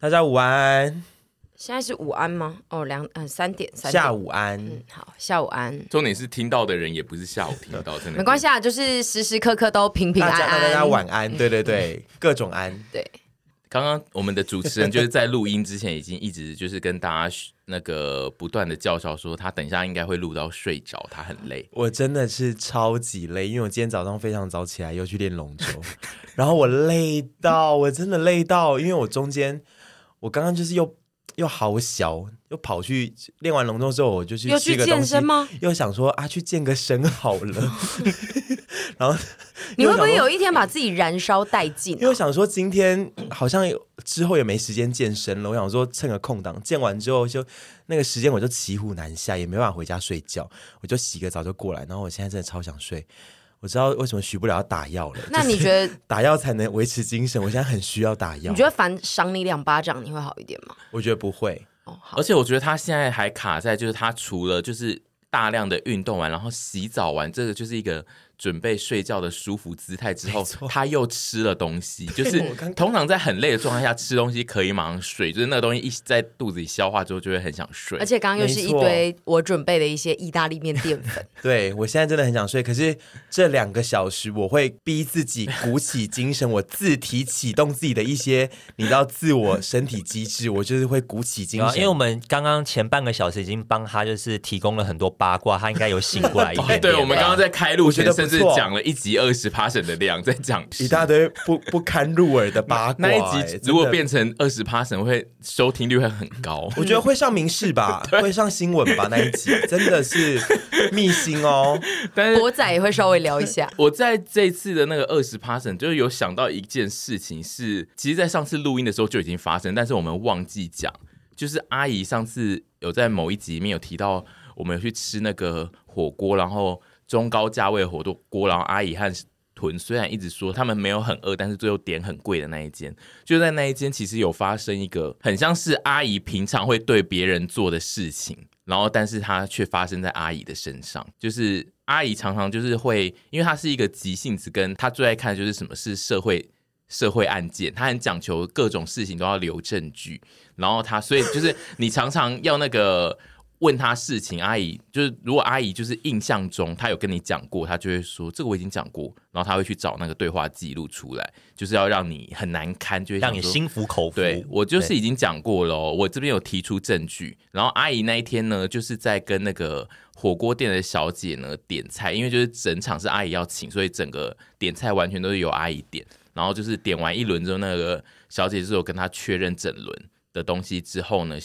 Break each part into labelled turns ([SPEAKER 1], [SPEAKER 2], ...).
[SPEAKER 1] 大家午安，
[SPEAKER 2] 现在是午安吗？哦，两嗯、三点，三点
[SPEAKER 1] 下午安。
[SPEAKER 2] 嗯好，下午安，
[SPEAKER 3] 重点是听到的人也不是下午听到，真的
[SPEAKER 2] 没关系啊，就是时时刻刻都平平
[SPEAKER 1] 大
[SPEAKER 2] 安
[SPEAKER 1] 家大
[SPEAKER 2] 安。嗯
[SPEAKER 1] 家晚安，对对对，各种安，
[SPEAKER 2] 对，
[SPEAKER 3] 刚刚我们的主持人就是在录音之前已经一直就是跟大家嘘那个不断的叫嚣说，他等一下应该会录到睡着，他很累。
[SPEAKER 1] 我真的是超级累，因为我今天早上非常早起来，又去练 龙舟，然后我累到，我真的累到，因为我中间我刚刚就是又又好小，又跑去练完龙舟之后，我就去
[SPEAKER 2] 又
[SPEAKER 1] 吃
[SPEAKER 2] 去
[SPEAKER 1] 个东
[SPEAKER 2] 健
[SPEAKER 1] 西
[SPEAKER 2] 身，吗？
[SPEAKER 1] 又想说啊，去健个身好了，然后
[SPEAKER 2] 你
[SPEAKER 1] 因为
[SPEAKER 2] 会不
[SPEAKER 1] 我想
[SPEAKER 2] 会
[SPEAKER 1] 说
[SPEAKER 2] 有一天把自己燃烧殆尽、
[SPEAKER 1] 因为我
[SPEAKER 2] 啊？
[SPEAKER 1] 想说今天好像有之后也没时间健身了，我想说趁个空档，健完之后就那个时间我就骑虎难下，也没办法回家睡觉，我就洗个澡就过来。然后我现在真的超想睡，我知道为什么许不了要打药了，
[SPEAKER 2] 那
[SPEAKER 1] 就是
[SPEAKER 2] 你觉得，
[SPEAKER 1] 打药才能维持精神？我现在很需 要打药。
[SPEAKER 2] 你觉得反赏你两巴掌，你会好一点吗？
[SPEAKER 1] 我觉得不会，
[SPEAKER 2] 哦，好
[SPEAKER 3] 而，且我觉得他现在还卡在，就是他除了就是大量的运动完，然后洗澡完，这个就是一个准备睡觉的舒服姿态之后，他又吃了东 西，就是
[SPEAKER 1] 我刚
[SPEAKER 3] 通常在很累的状态下吃东西可以马上睡，就是那个东西一在肚子里消化之后就会很想睡
[SPEAKER 2] 而。且刚刚又是一
[SPEAKER 1] 没错
[SPEAKER 2] 堆我准备的一些意大利面淀粉，
[SPEAKER 1] 对我现在真的很想睡，可是这两个小时我会逼自己鼓起精神，我自体启动自己的一些你知道自我身体机制，我就是会鼓起精
[SPEAKER 4] 然后，
[SPEAKER 1] 神，
[SPEAKER 4] 啊因为我们刚刚前半个小时已经帮他就是提供了很多八卦，他应该有醒过来一点
[SPEAKER 3] 哦
[SPEAKER 4] 点。
[SPEAKER 3] 对，我们刚刚在开
[SPEAKER 1] 哎
[SPEAKER 3] 录
[SPEAKER 1] 我觉得
[SPEAKER 3] 前
[SPEAKER 1] 不错
[SPEAKER 3] 甚至讲了一集二十 passion 的量，在讲
[SPEAKER 1] 一大堆不不堪入耳的八卦、
[SPEAKER 3] 那
[SPEAKER 1] 哎
[SPEAKER 3] 一集如果，
[SPEAKER 1] 真的
[SPEAKER 3] 变成二十 passion，会收听率会很高。
[SPEAKER 1] 我觉得会上民事吧，会上新闻吧，那一集真的是密心哦。
[SPEAKER 3] 但是。
[SPEAKER 2] 博仔也会稍微聊一下
[SPEAKER 3] 我在这次的那个二十 passion，就是有想到一件事情是，其实，在上次录音的时候就已经发生，但是我们忘记讲，就是阿姨上次有在某一集里面有提到，我们有去吃那个火锅，然后中高价位的火锅，然后阿姨和屯虽然一直说他们没有很饿，但是最后点很贵的那一间，就在那一间其实有发生一个很像是阿姨平常会对别人做的事情，然后但是它却发生在阿姨的身上，就是阿姨常常就是会，因为她是一个急性子，跟她最爱看的就是什么是社会。社会案件，她很讲求各种事情都要留证据，然后她所以就是你常常要那个问她事情，阿姨就是如果阿姨就是印象中她有跟你讲过，她就会说这个我已经讲过，然后她会去找那个对话记录出来，就是要让你很难堪，就会想
[SPEAKER 4] 让你
[SPEAKER 3] 说
[SPEAKER 4] 心服口服。
[SPEAKER 3] 对我就是
[SPEAKER 4] 对
[SPEAKER 3] 已经讲过了哦、我这边有提出证据。然后阿姨那一天呢，就是在跟那个火锅店的小姐呢点菜，因为就是整场是阿姨要请，所以整个点菜完全都是由阿姨点。然后就是点完一轮之后，那个小姐就是有跟她确认整轮的东西之后呢，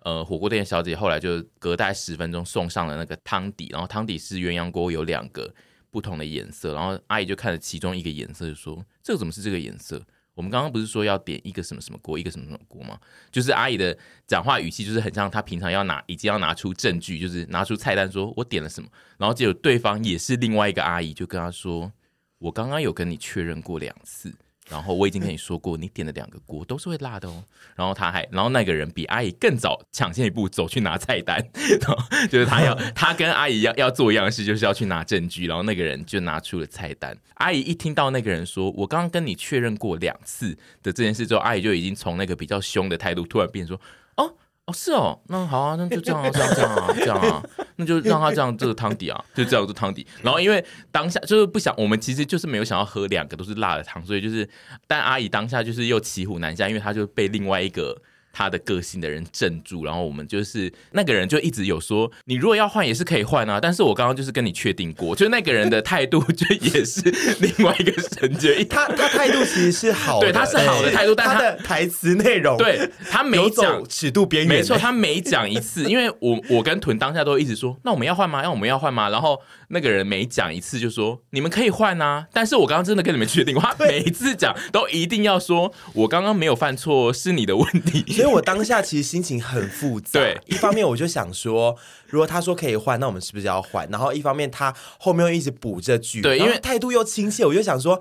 [SPEAKER 3] 呃，火锅店的小姐后来就隔大概十分钟送上了那个汤底，然后汤底是鸳鸯锅，有两个不同的颜色，然后阿姨就看了其中一个颜色，就说：“这个怎么是这个颜色？”我们刚刚不是说要点一个什么什么锅，一个什么什么锅吗？就是阿姨的讲话语气，就是很像她平常要拿，已经要拿出证据，就是拿出菜单说我点了什么，然后结果对方也是另外一个阿姨，就跟她说：“我刚刚有跟你确认过两次，然后我已经跟你说过，你点的两个锅都是会辣的哦。” 然后他还，然后那个人比阿姨更早抢先一步走去拿菜单，然后就是他要他跟阿姨要要做一样的事，就是要去拿证据，然后那个人就拿出了菜单。阿姨一听到那个人说“我刚刚跟你确认过两次”的这件事之后，阿姨就已经从那个比较凶的态度突然变说：“哦。”哦，是哦，那好啊，那就这样啊，这样这样啊，这样啊，那就让他这样这个汤底啊，就这样做汤底。然后因为当下就是不想，我们其实就是没有想要喝两个都是辣的汤，所以就是，但阿姨当下就是又骑虎难下，因为她就被另外一个。她的个性的人镇住，然后我们就是那个人就一直有说，你如果要换也是可以换啊，但是我刚刚就是跟你确定过，就那个人的态度就也是 另外一个神经，一
[SPEAKER 1] 他他态度其实是好的，哎
[SPEAKER 3] 对他是好的态度但
[SPEAKER 1] 他
[SPEAKER 3] 他
[SPEAKER 1] 的台词内容
[SPEAKER 3] 对他没
[SPEAKER 1] 游
[SPEAKER 3] 讲
[SPEAKER 1] 走尺度边缘，哎
[SPEAKER 3] 没错，他每讲一次，因为我我跟屯当下都一直说，那我们要换吗？那我们要换吗？然后那个人每讲一次就说，你们可以换啊，但是我刚刚真的跟你们确定过，他每一次讲都一定要说，我刚刚没有犯错，是你的问 题。
[SPEAKER 1] 所以我当下其实心情很复杂。
[SPEAKER 3] 对，
[SPEAKER 1] 一方面我就想说，如果他说可以换，那我们是不是要换？然后一方面他后面又一直补这句，
[SPEAKER 3] 对因为
[SPEAKER 1] 然后态度又亲切，我就想说。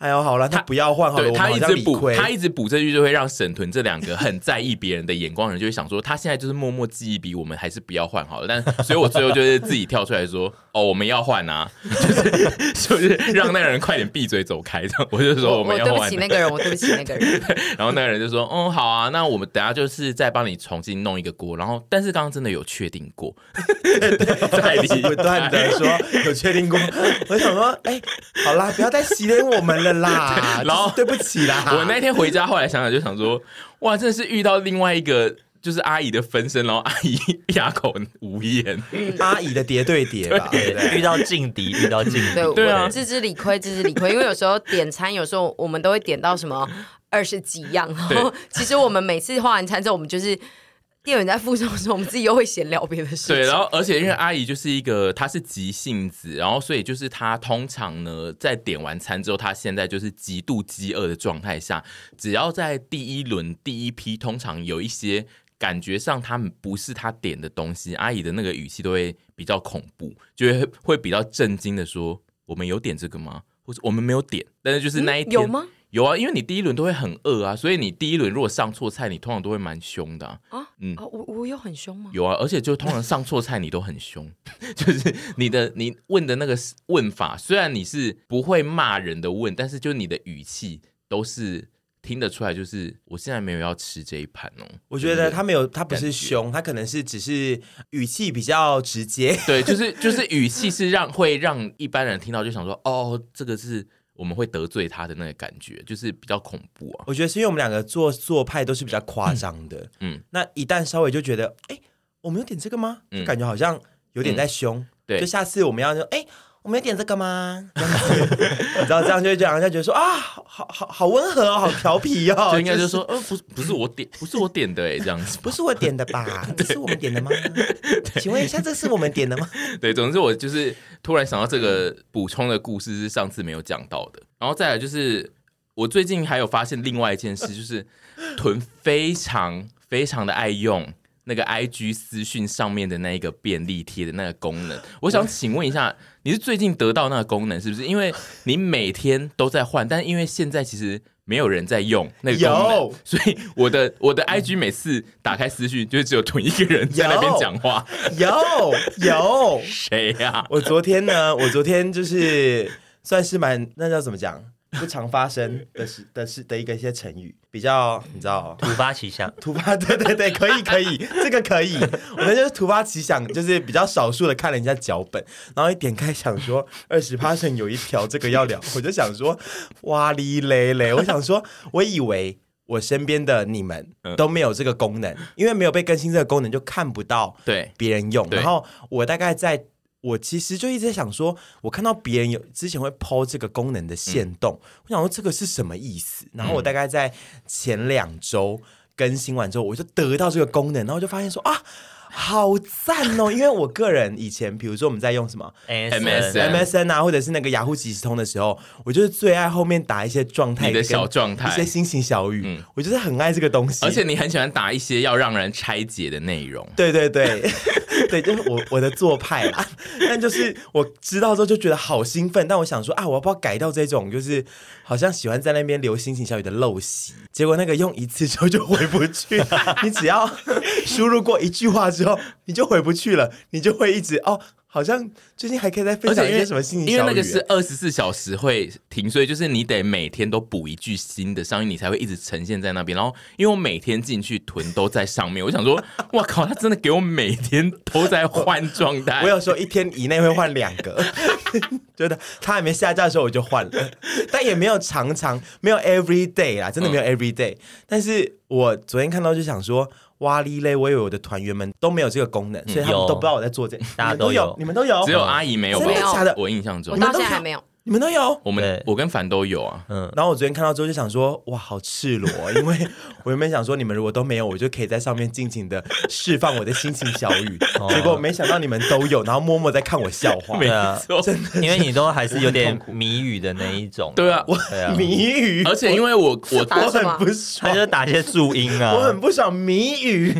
[SPEAKER 1] 哎呦，好了，他
[SPEAKER 3] 他
[SPEAKER 1] 不要换好了，
[SPEAKER 3] 对
[SPEAKER 1] 哦我们
[SPEAKER 3] 他
[SPEAKER 1] 好
[SPEAKER 3] 一
[SPEAKER 1] 像
[SPEAKER 3] 直
[SPEAKER 1] 理
[SPEAKER 3] 补，
[SPEAKER 1] 亏。
[SPEAKER 3] 他一直补这句，就会让沈屯这两个很在意别人的眼光的人，就会想说，他现在就是默默记忆比我们还是不要换好了。但所以，我最后就是自己跳出来说，哦，我们要换啊， 就是就是让那个人快点闭嘴走开。这样我就说
[SPEAKER 2] 我
[SPEAKER 3] 们要
[SPEAKER 2] 对不
[SPEAKER 3] 换啊
[SPEAKER 2] 起，那个人，我对不起那个人。
[SPEAKER 3] 然后那个人就说，嗯，好啊，那我们等下就是再帮你重新弄一个锅。然后，但是刚刚真的有确 定过，在
[SPEAKER 1] 一直
[SPEAKER 3] 理
[SPEAKER 1] 不断的说有确定过， 我想说，哎、好啦，不要再洗脸我们了啦，
[SPEAKER 3] 然后
[SPEAKER 1] 就是对不起啦。
[SPEAKER 3] 我那天回家，后来想想就想说，哇，真的是遇到另外一个就是阿姨的分身，然后阿姨 哑口无言。
[SPEAKER 1] 阿姨的叠对叠 吧，对不对
[SPEAKER 4] 遇到劲敌，遇到劲敌，
[SPEAKER 2] 对，
[SPEAKER 3] 对啊
[SPEAKER 2] 我自知理亏，自知理亏。因为有时候点餐，有时候我们都会点到什么二十几样，然后其实我们每次画完餐之后，我们就是店员在附送的时候，我们自己又会闲聊别的事情。
[SPEAKER 3] 对，然后而且因为阿姨就是一个，她是急性子，然后所以就是她通常呢，在点完餐之后，她现在就是极度饥饿的状态下，只要在第一轮第一批，通常有一些感觉上他们不是她点的东西，阿姨的那个语气都会比较恐怖，就会会比较震惊的说：“我们有点这个吗？”或者我们没有点，但是就是那一
[SPEAKER 2] 嗯
[SPEAKER 3] 天、
[SPEAKER 2] 有吗？
[SPEAKER 3] 有啊，因为你第一轮都会很饿啊，所以你第一轮如果上错菜，你通常都会蛮凶的啊、
[SPEAKER 2] 啊，
[SPEAKER 3] 嗯
[SPEAKER 2] 哦，我我有很凶吗？
[SPEAKER 3] 有啊，而且就通常上错菜你都很凶，就是你的你问的那个问法，虽然你是不会骂人的问，但是就你的语气都是听得出来，就是我现在没有要吃这一盘哦。
[SPEAKER 1] 我觉得他没有，他不
[SPEAKER 3] 感
[SPEAKER 1] 是
[SPEAKER 3] 觉
[SPEAKER 1] 凶，他可能是只是语气比较直接。
[SPEAKER 3] 对，就是就是语气是让会让一般人听到就想说，哦，这个是我们会得罪他的那个感觉，就是比较恐怖啊。
[SPEAKER 1] 我觉得是因为我们两个做做派都是比较夸张的，嗯
[SPEAKER 3] 嗯，
[SPEAKER 1] 那一旦稍微就觉得，哎，我们有点这个吗？
[SPEAKER 3] 嗯
[SPEAKER 1] 就感觉好像有点在凶，
[SPEAKER 3] 对
[SPEAKER 1] 就下次我们要说，哎。我们有点这个吗？ 这样子你知道这样就会让人家觉得说啊，好好好好温和哦，好调皮哦，
[SPEAKER 3] 就应该就是说，呃，不是不是我点，不是我点的哎，这样子。
[SPEAKER 1] 不是我点的 吧？这是我们点的吗？请问一下，这是我们点的吗？
[SPEAKER 3] 对，总之我就是突然想到这个补充的故事是上次没有讲到的，然后再来就是我最近还有发现另外一件事，就是屯非常非常的爱用那个 IG 私讯上面的那一个便利贴的那个功能。我想请问一下，你是最近得到那个功能是不是？因为你每天都在换，但因为现在其实。没有人在用那个功能
[SPEAKER 1] 有，
[SPEAKER 3] 所以我的我的 IG 每次打开私讯，就是只有屯一个人在那边
[SPEAKER 1] 有
[SPEAKER 3] 讲话，
[SPEAKER 1] 有有，
[SPEAKER 3] 谁啊呀、
[SPEAKER 1] 我昨天呢，我昨天就是算是蛮那叫怎么讲，不常发生的事 的事的一个一些成语，比较你知道。
[SPEAKER 4] 突发奇 想，
[SPEAKER 1] 突发， 对对对，可以可以，这个可以。我那就是突发奇想，就是比较少数的看了人家脚本，然后一点开想说二十 p a 有一条这个要聊，我就想说 哇哩嘞嘞，我想说我以为我身边的你们都没有这个功能，因为没有被更新这个功能，就看不到
[SPEAKER 3] 对，
[SPEAKER 1] 别人用。
[SPEAKER 3] 对
[SPEAKER 1] 然后我大概在，我其实就一直在想说，我看到别人有之前会抛这个功能的限动，
[SPEAKER 3] 嗯
[SPEAKER 1] 我想说这个是什么意思？然后我大概在前两周更新完之后，我就得到这个功能，然后就发现说啊。好赞哦！因为我个人以前，比如说我们在用什 么
[SPEAKER 4] 哎
[SPEAKER 3] MSN 对
[SPEAKER 1] MSN 啊，或者是那个雅虎即时通的时候，我就是最爱后面打一些状态
[SPEAKER 3] 你的
[SPEAKER 1] 跟
[SPEAKER 3] 小状
[SPEAKER 1] 一些
[SPEAKER 3] 态，
[SPEAKER 1] 心情小语，
[SPEAKER 3] 嗯
[SPEAKER 1] 我就是很爱这个东西。
[SPEAKER 3] 而且你很喜欢打一些要让人拆解的内容。
[SPEAKER 1] 对对对， 对，就是我我的做派 啦。但就是我知道之后就觉得好兴奋，但我想说啊，我要不要改掉这种就是好像喜欢在那边留心情小雨的陋习？结果那个用一次之后就回不去， 你只要输入过一句话之后，你就回不去了，你就会一直哦，好像最近还可以再分
[SPEAKER 3] 而
[SPEAKER 1] 享
[SPEAKER 3] 且
[SPEAKER 1] 一
[SPEAKER 3] 因为
[SPEAKER 1] 些什么心情
[SPEAKER 3] 因为
[SPEAKER 1] 小啊
[SPEAKER 3] 那
[SPEAKER 1] 语
[SPEAKER 3] 个。是二十四小时会停，所以就是你得每天都补一句新的上映，你才会一直呈现在那边。然后因为我每天进去囤都在上面，我想说，哇靠，他真的给我每天都在换状态
[SPEAKER 1] 我。有时候一天以内会换两个， 觉得它还没下架的时候我就换了，但也没有常常没有 every day 啦，真的没有 every day、但是我昨天看到就想说，哇哩嘞，我以为我的团员们都没有这个功能，所以他们
[SPEAKER 4] 有
[SPEAKER 1] 都不知道我在做这，你
[SPEAKER 4] 大家
[SPEAKER 1] 们都
[SPEAKER 4] 都有
[SPEAKER 1] 你们都有，
[SPEAKER 3] 只有阿姨没有吧？
[SPEAKER 1] 哦真的假的
[SPEAKER 3] 我印象中
[SPEAKER 2] 我，到现在还没有。
[SPEAKER 1] 你们都有。
[SPEAKER 3] 我们
[SPEAKER 4] 对
[SPEAKER 3] 我跟凡都有啊。
[SPEAKER 1] 然后我昨天看到之后就想说，哇，好赤裸哦，因为我原本想说你们如果都没有，我就可以在上面尽情的释放我的心情小语，
[SPEAKER 4] 哦
[SPEAKER 1] 结果没想到你们都有，然后默默在看我笑话
[SPEAKER 3] 没，
[SPEAKER 4] 啊
[SPEAKER 3] 错，
[SPEAKER 4] 因为你都还是有点谜语的那一种，
[SPEAKER 3] 对啊，我
[SPEAKER 4] 对啊，
[SPEAKER 1] 谜语，
[SPEAKER 3] 而且因为我我
[SPEAKER 2] 打
[SPEAKER 1] 我
[SPEAKER 2] 什
[SPEAKER 1] 很
[SPEAKER 2] 么
[SPEAKER 1] 不爽
[SPEAKER 4] 他就，打一些注音啊，
[SPEAKER 1] 我很不爽谜 语，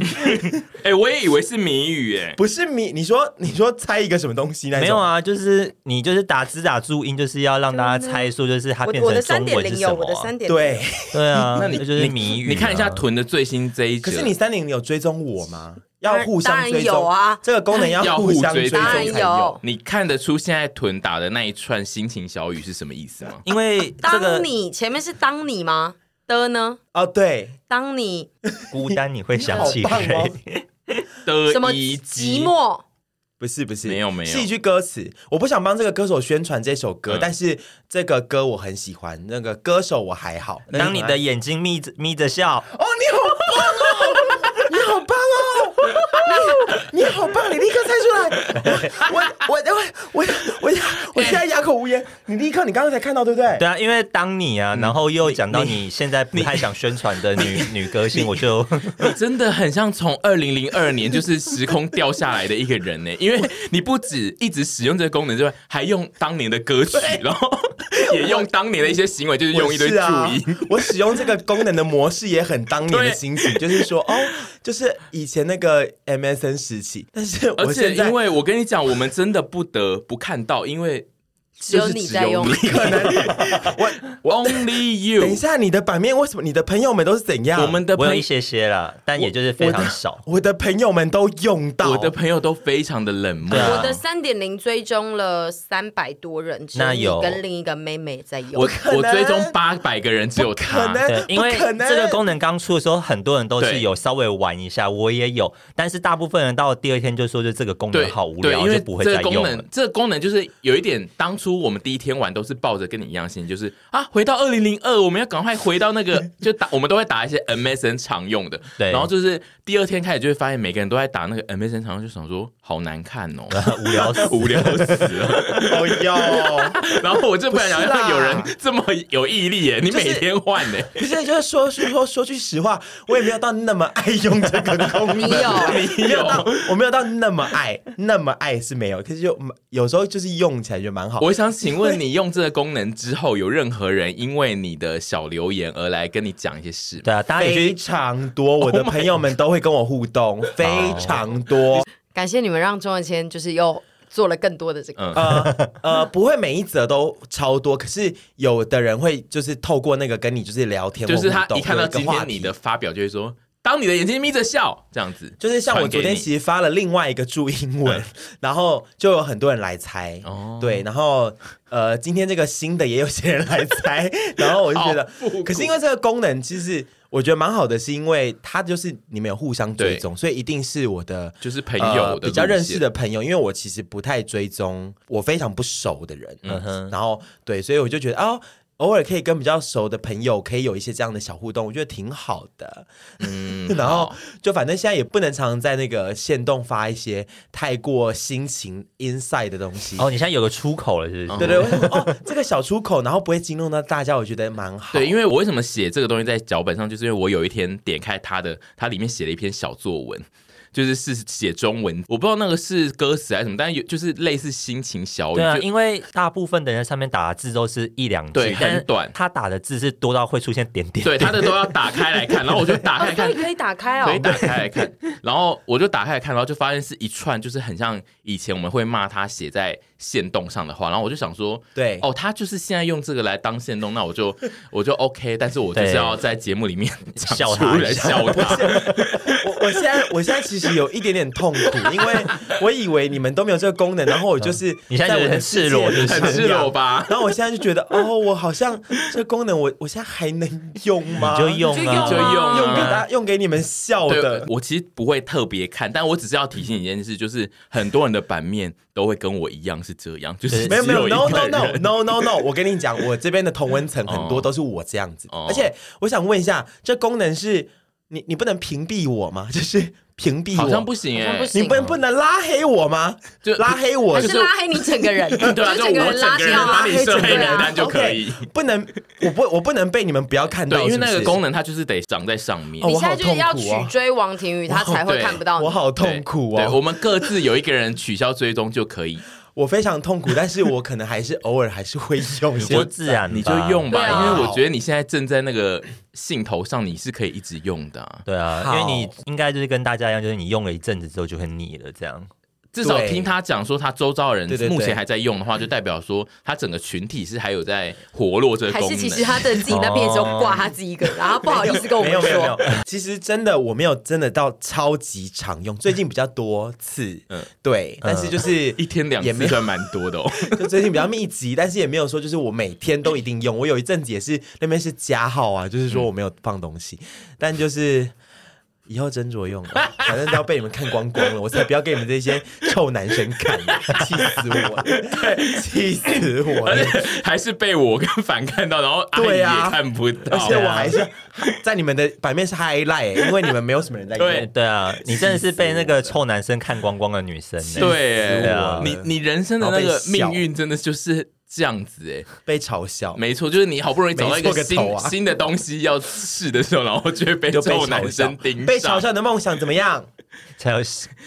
[SPEAKER 3] 哎，我也以为是谜语哎。
[SPEAKER 1] 不是谜，你说你说猜一个什么东西那种
[SPEAKER 4] 没有，啊，就是你就是打字打注音，就就是要让大家猜出，就是它
[SPEAKER 2] 我
[SPEAKER 4] 变
[SPEAKER 2] 我的
[SPEAKER 4] 成
[SPEAKER 2] 三
[SPEAKER 4] 中
[SPEAKER 2] 点
[SPEAKER 4] 文是
[SPEAKER 2] 零
[SPEAKER 4] 什
[SPEAKER 2] 有，
[SPEAKER 4] 么
[SPEAKER 2] 我的
[SPEAKER 4] 啊、
[SPEAKER 2] 三点
[SPEAKER 1] 对，
[SPEAKER 4] 对啊，
[SPEAKER 3] 那
[SPEAKER 4] 那
[SPEAKER 3] 你
[SPEAKER 4] 就是谜语、
[SPEAKER 3] 你看一下，屯的最新这一集，
[SPEAKER 1] 可是你三零你有追踪我吗？
[SPEAKER 2] 当
[SPEAKER 1] 要
[SPEAKER 2] 然
[SPEAKER 1] 互相
[SPEAKER 2] 啊当然
[SPEAKER 1] 追
[SPEAKER 2] 有
[SPEAKER 1] 踪
[SPEAKER 2] 啊
[SPEAKER 1] 这个功能
[SPEAKER 3] 要
[SPEAKER 1] 互
[SPEAKER 3] 互
[SPEAKER 1] 相
[SPEAKER 3] 追
[SPEAKER 1] 追踪
[SPEAKER 3] 踪
[SPEAKER 1] 才
[SPEAKER 2] 当然有
[SPEAKER 3] 你看得出现在屯打的那一串心情小语是什么意思吗？
[SPEAKER 4] 因为这
[SPEAKER 2] 当
[SPEAKER 4] 个
[SPEAKER 2] 你前面是当你吗？的呢？
[SPEAKER 1] 哦，对，
[SPEAKER 2] 当你
[SPEAKER 4] 孤单你会想
[SPEAKER 1] 好
[SPEAKER 4] 起
[SPEAKER 1] 棒
[SPEAKER 4] 谁？
[SPEAKER 1] 哦！
[SPEAKER 3] 的
[SPEAKER 2] 什么
[SPEAKER 3] 一
[SPEAKER 2] 寂
[SPEAKER 3] 集
[SPEAKER 2] 寞？
[SPEAKER 1] 不是不是，
[SPEAKER 3] 没有没有
[SPEAKER 1] 是一句歌词。我不想帮这个歌手宣传这首歌，
[SPEAKER 3] 嗯
[SPEAKER 1] 但是这个歌我很喜欢，那个歌手我还好。
[SPEAKER 4] 当你的眼睛眯着眯着笑，
[SPEAKER 1] 哦，你好棒哦，你好棒哦，你你好棒，你立刻猜出来， 我我我我我我现在哑口无言。你立刻，你刚刚才看到对不对？
[SPEAKER 4] 对啊，因为当你
[SPEAKER 3] 嗯
[SPEAKER 4] 啊，然后又讲到你现在不太想宣传的女 女歌星，我就
[SPEAKER 3] 你真的很像从二零零二年就是时空掉下来的一个人呢，因为你不止一直使用这个功能之外，还用当年的歌曲，然后也用当年的一些行为，就是
[SPEAKER 1] 我
[SPEAKER 3] 用一堆
[SPEAKER 1] 是
[SPEAKER 3] 注
[SPEAKER 1] 啊
[SPEAKER 3] 音。，
[SPEAKER 1] 我使用这个功能的模式也很当年的心情，就是 说，哦，就是以前那个 MSN 时期，但是
[SPEAKER 3] 而
[SPEAKER 1] 我
[SPEAKER 3] 且
[SPEAKER 1] 现在
[SPEAKER 3] 因为我跟你讲，我们真的不得不看到，因为
[SPEAKER 2] 只有
[SPEAKER 3] 就是
[SPEAKER 2] 你
[SPEAKER 3] 只
[SPEAKER 2] 在
[SPEAKER 3] 有
[SPEAKER 2] 用
[SPEAKER 3] 你 Only you，
[SPEAKER 1] 等一下你的版面为什么你的朋友们都是怎样？
[SPEAKER 3] 我们的
[SPEAKER 4] 我有
[SPEAKER 3] 朋
[SPEAKER 4] 一些些啦，但也就是非常 少。
[SPEAKER 1] 我的朋友们都用到，
[SPEAKER 3] 我的朋友都非常的冷漠
[SPEAKER 4] 对。啊
[SPEAKER 2] 我的三点零追踪了三百多人，只
[SPEAKER 4] 那
[SPEAKER 2] 你
[SPEAKER 4] 有
[SPEAKER 2] 跟另一个妹妹在用
[SPEAKER 3] 我。
[SPEAKER 1] 能
[SPEAKER 3] 我追踪八百个人，只有
[SPEAKER 1] 可
[SPEAKER 3] 他。
[SPEAKER 1] 能
[SPEAKER 4] 对，因为
[SPEAKER 1] 不可能
[SPEAKER 4] 这个功能刚出的时候，很多人都是
[SPEAKER 3] 对
[SPEAKER 4] 有稍微玩一下，我也有，但是大部分人到第二天就说，就这个功
[SPEAKER 3] 对，
[SPEAKER 4] 能好无
[SPEAKER 3] 对
[SPEAKER 4] 聊，
[SPEAKER 3] 因为
[SPEAKER 4] 就不会
[SPEAKER 3] 这
[SPEAKER 4] 再
[SPEAKER 3] 个功
[SPEAKER 4] 用了
[SPEAKER 3] 能。，这个功能就是有一点，当初我们第一天玩都是抱着跟你一样心情，就是啊，回到二零零二，我们要赶快回到那 个，就打我们都会打一些 MSN 常用的，
[SPEAKER 4] 对
[SPEAKER 3] 然后就是第二天开始就会发现每个人都在打那个 MSN 常用，就想说好难看 哦，
[SPEAKER 4] 无 聊死
[SPEAKER 3] 无聊死了。
[SPEAKER 1] 哦哟，
[SPEAKER 3] 然后我就不敢想
[SPEAKER 1] 不是啦
[SPEAKER 3] 象有人这么有毅力耶，你
[SPEAKER 1] 就是
[SPEAKER 3] 每天换呢？
[SPEAKER 1] 不是，就是说说说说句实话，我也没有到那么爱用这个功能，
[SPEAKER 2] 你有
[SPEAKER 3] 你
[SPEAKER 1] 没有到
[SPEAKER 3] 有。
[SPEAKER 1] 我没有到那么爱，那么爱是没有，可是就有时候就是用起来就蛮好。
[SPEAKER 3] 我想请问你用这个功能之后，有任何人因为你的小留言而来跟你讲一些事吗？
[SPEAKER 4] 对啊，大家也
[SPEAKER 1] 非
[SPEAKER 4] 去
[SPEAKER 1] 常多，我的朋友们都会跟我互 动，非
[SPEAKER 3] 哦
[SPEAKER 1] 常多。
[SPEAKER 2] 感谢你们让钟文谦就是又做了更多的这个。
[SPEAKER 3] 嗯，
[SPEAKER 1] 呃呃，不会每一则都超多，可是有的人会就是透过那个跟你就是聊天或
[SPEAKER 3] 就
[SPEAKER 1] 互动，
[SPEAKER 3] 是他一看到今
[SPEAKER 1] 有个话
[SPEAKER 3] 天
[SPEAKER 1] 题
[SPEAKER 3] 你的发表，就会说：“当你的眼睛眯着笑，这样子。”
[SPEAKER 1] 就是像我昨天
[SPEAKER 3] 写，
[SPEAKER 1] 其实发了另外一个注英 文，然后就有很多人来猜，
[SPEAKER 3] 哦
[SPEAKER 1] 对，然后呃，今天这个新的也有些人来猜，然后我就觉得
[SPEAKER 3] 好复古，
[SPEAKER 1] 可是因为这个功能其实我觉得蛮好的，是因为它就是你们有互相追踪，所以一定是我的
[SPEAKER 3] 就是朋
[SPEAKER 1] 呃
[SPEAKER 3] 友的路线
[SPEAKER 1] 比较认识的朋友，因为我其实不太追踪我非常不熟的人，嗯哼，然后对，所以我就觉得哦。偶尔可以跟比较熟的朋友，可以有一些这样的小互动，我觉得挺好的。
[SPEAKER 3] 嗯
[SPEAKER 1] 然后
[SPEAKER 3] 好
[SPEAKER 1] 就反正现在也不能常在那个线动发一些太过心情 inside 的东西。
[SPEAKER 4] 哦，你现在有个出口了，是
[SPEAKER 3] 嗯
[SPEAKER 4] 不
[SPEAKER 1] 对
[SPEAKER 4] 是？
[SPEAKER 1] 对，我想说哦，这个小出口，然后不会惊动到大家，我觉得蛮好。
[SPEAKER 3] 对，因为我为什么写这个东西在脚本上，就是因为我有一天点开他的，他里面写了一篇小作文。就是是写中文，我不知道那个是歌词还是什么，但有就是类似心情小语，
[SPEAKER 4] 对
[SPEAKER 3] 嗯
[SPEAKER 4] 啊，
[SPEAKER 3] 就
[SPEAKER 4] 因为大部分的人上面打的字都是一两
[SPEAKER 3] 对
[SPEAKER 4] 句，但是
[SPEAKER 3] 很短
[SPEAKER 4] 他打的字是多到会出现点点。
[SPEAKER 3] 对他的都要打开来看，然后我就打开
[SPEAKER 2] 哦，
[SPEAKER 3] 来
[SPEAKER 2] 所
[SPEAKER 3] 啊
[SPEAKER 2] 以，
[SPEAKER 3] 看
[SPEAKER 2] 可以打开
[SPEAKER 3] 可以
[SPEAKER 2] 哦。
[SPEAKER 3] 打开来看。然后我就打开来看，然后就发现是一串，就是很像以前我们会骂他写在线动上的话。然后我就想说，
[SPEAKER 1] 对
[SPEAKER 3] 哦，他就是现在用这个来当线动，那我就 我就 OK，但是我就是要在节目里面讲
[SPEAKER 4] 笑
[SPEAKER 3] 出
[SPEAKER 4] 他
[SPEAKER 3] 来
[SPEAKER 4] 一下
[SPEAKER 3] 笑他。
[SPEAKER 1] 我我现在我现在其实有一点点痛苦，因 为我以为你们都没有这个功能，然后我
[SPEAKER 3] 嗯
[SPEAKER 1] 就是
[SPEAKER 4] 你现在
[SPEAKER 1] 我
[SPEAKER 4] 觉得
[SPEAKER 1] 的
[SPEAKER 4] 很赤裸
[SPEAKER 1] 世界里
[SPEAKER 3] 很赤裸吧
[SPEAKER 1] 然后我现在就觉得，哦，我好像这功能我我现在还能用吗？
[SPEAKER 4] 你就用
[SPEAKER 2] 你就
[SPEAKER 4] 啊，
[SPEAKER 3] 就
[SPEAKER 2] 用
[SPEAKER 3] 用
[SPEAKER 2] 啊
[SPEAKER 1] 用给
[SPEAKER 3] 啊。
[SPEAKER 1] 大用给你们笑
[SPEAKER 3] 对
[SPEAKER 1] 的，，
[SPEAKER 3] 我其实不会特别看，但我只是要提醒一件事，就是很多人的版面都会跟我一样是这样，就是
[SPEAKER 1] 没有没
[SPEAKER 3] 只
[SPEAKER 1] 有
[SPEAKER 3] 有一
[SPEAKER 1] ，no
[SPEAKER 3] 个
[SPEAKER 1] no
[SPEAKER 3] 人
[SPEAKER 1] no no no no，我跟你讲，我这边的同温层很多
[SPEAKER 3] 哦
[SPEAKER 1] 都是我这样子的，
[SPEAKER 3] 哦
[SPEAKER 1] 而且我想问一下，这功能是你你不能屏蔽我吗？就是屏蔽我，
[SPEAKER 3] 好像不行
[SPEAKER 2] 好像
[SPEAKER 3] 哎、
[SPEAKER 2] 不行
[SPEAKER 1] 你不能不能拉黑我吗？
[SPEAKER 3] 就
[SPEAKER 1] 拉黑我
[SPEAKER 2] 还
[SPEAKER 3] 就是
[SPEAKER 2] 拉黑你整个人，
[SPEAKER 3] 对啊，
[SPEAKER 2] 就
[SPEAKER 3] 就
[SPEAKER 2] 整个
[SPEAKER 3] 我
[SPEAKER 2] 人拉
[SPEAKER 3] 整个人
[SPEAKER 2] 掉
[SPEAKER 3] 把
[SPEAKER 2] 啊，
[SPEAKER 3] 你设黑
[SPEAKER 2] 黑整
[SPEAKER 3] 名
[SPEAKER 2] 个
[SPEAKER 3] 单
[SPEAKER 2] 人
[SPEAKER 3] 就
[SPEAKER 2] 啊
[SPEAKER 3] 可以。
[SPEAKER 1] 不能，我不我不能被你们不要看到，
[SPEAKER 3] 对，因为那
[SPEAKER 1] 是不
[SPEAKER 3] 个
[SPEAKER 1] 是
[SPEAKER 3] 功能它就是得长在上面。
[SPEAKER 1] 哦
[SPEAKER 2] 你
[SPEAKER 1] 我
[SPEAKER 2] 现在
[SPEAKER 1] 好
[SPEAKER 2] 就是要
[SPEAKER 1] 痛
[SPEAKER 2] 取
[SPEAKER 1] 苦哦
[SPEAKER 2] 追王庭宇，他才会
[SPEAKER 3] 对
[SPEAKER 2] 看不到你。
[SPEAKER 1] 我好痛苦
[SPEAKER 3] 对，我
[SPEAKER 1] 哦，
[SPEAKER 3] 们各自有一个人取消追踪就可 以，
[SPEAKER 1] 我非常痛苦，但是我可能还是偶尔还是会 用一
[SPEAKER 4] 你
[SPEAKER 1] 些，
[SPEAKER 4] 就自然吧
[SPEAKER 3] 你就用吧，
[SPEAKER 2] 对啊
[SPEAKER 3] 因为我觉得你现在正在那个兴头上，你是可以一直用的啊、
[SPEAKER 4] 对啊，
[SPEAKER 1] 好
[SPEAKER 4] 因为你应该就是跟大家一样，就是你用了一阵子之后就很腻了，这样。
[SPEAKER 3] 至少
[SPEAKER 1] 对
[SPEAKER 3] 听他讲说，他周遭的
[SPEAKER 1] 对对对
[SPEAKER 3] 人目前还在用的话，就代表说他整个群体是还有在活络这个
[SPEAKER 2] 还
[SPEAKER 3] 功
[SPEAKER 2] 是
[SPEAKER 3] 能。
[SPEAKER 2] 其实他的自己那边的时候挂他自己 一个人，然后不好意思跟我
[SPEAKER 1] 没
[SPEAKER 2] 们
[SPEAKER 1] 有没有没有
[SPEAKER 2] 说。，
[SPEAKER 1] 其实真的我没有真的到超级常用，最近比较多次，
[SPEAKER 3] 嗯
[SPEAKER 1] 对，但是就是
[SPEAKER 3] 一天两
[SPEAKER 1] 也没
[SPEAKER 3] 次
[SPEAKER 1] 有
[SPEAKER 3] 算蛮多的哦。
[SPEAKER 1] 就最近比较密集，但是也没有说就是我每天都一定用。我有一阵子也是那边是加号啊，就是
[SPEAKER 3] 嗯
[SPEAKER 1] 说我没有放东西，但就是以后斟酌用了，反正都要被你们看光光了，我才不要给你们这些臭男生看，气死我，气死我
[SPEAKER 3] 而
[SPEAKER 1] 了！
[SPEAKER 3] 且还是被我跟凡看到，然后阿姨
[SPEAKER 1] 对
[SPEAKER 3] 也
[SPEAKER 1] 啊
[SPEAKER 3] 看不
[SPEAKER 1] 而
[SPEAKER 3] 到。
[SPEAKER 1] 且我还
[SPEAKER 3] 啊
[SPEAKER 1] 是在你们的版面是 highlight，、因欸为你们没有什么人在用。
[SPEAKER 3] 对
[SPEAKER 4] 对啊，你真的是被那个臭男生看光光的女生呢。
[SPEAKER 3] 对
[SPEAKER 1] 气死
[SPEAKER 4] 我了
[SPEAKER 3] 你你人生的那
[SPEAKER 1] 然后
[SPEAKER 3] 个
[SPEAKER 1] 被笑
[SPEAKER 3] 命运真的就是这样子哎，
[SPEAKER 1] 被嘲笑，
[SPEAKER 3] 没错，就是你好不容易找到一个
[SPEAKER 1] 没错个
[SPEAKER 3] 新
[SPEAKER 1] 头啊
[SPEAKER 3] 新的东西要试的时候，然后就会被
[SPEAKER 1] 就被
[SPEAKER 3] 臭
[SPEAKER 1] 嘲
[SPEAKER 3] 男
[SPEAKER 1] 笑
[SPEAKER 3] 生盯，
[SPEAKER 1] 被嘲
[SPEAKER 3] 上
[SPEAKER 1] 笑你的梦想怎么样？
[SPEAKER 4] 才有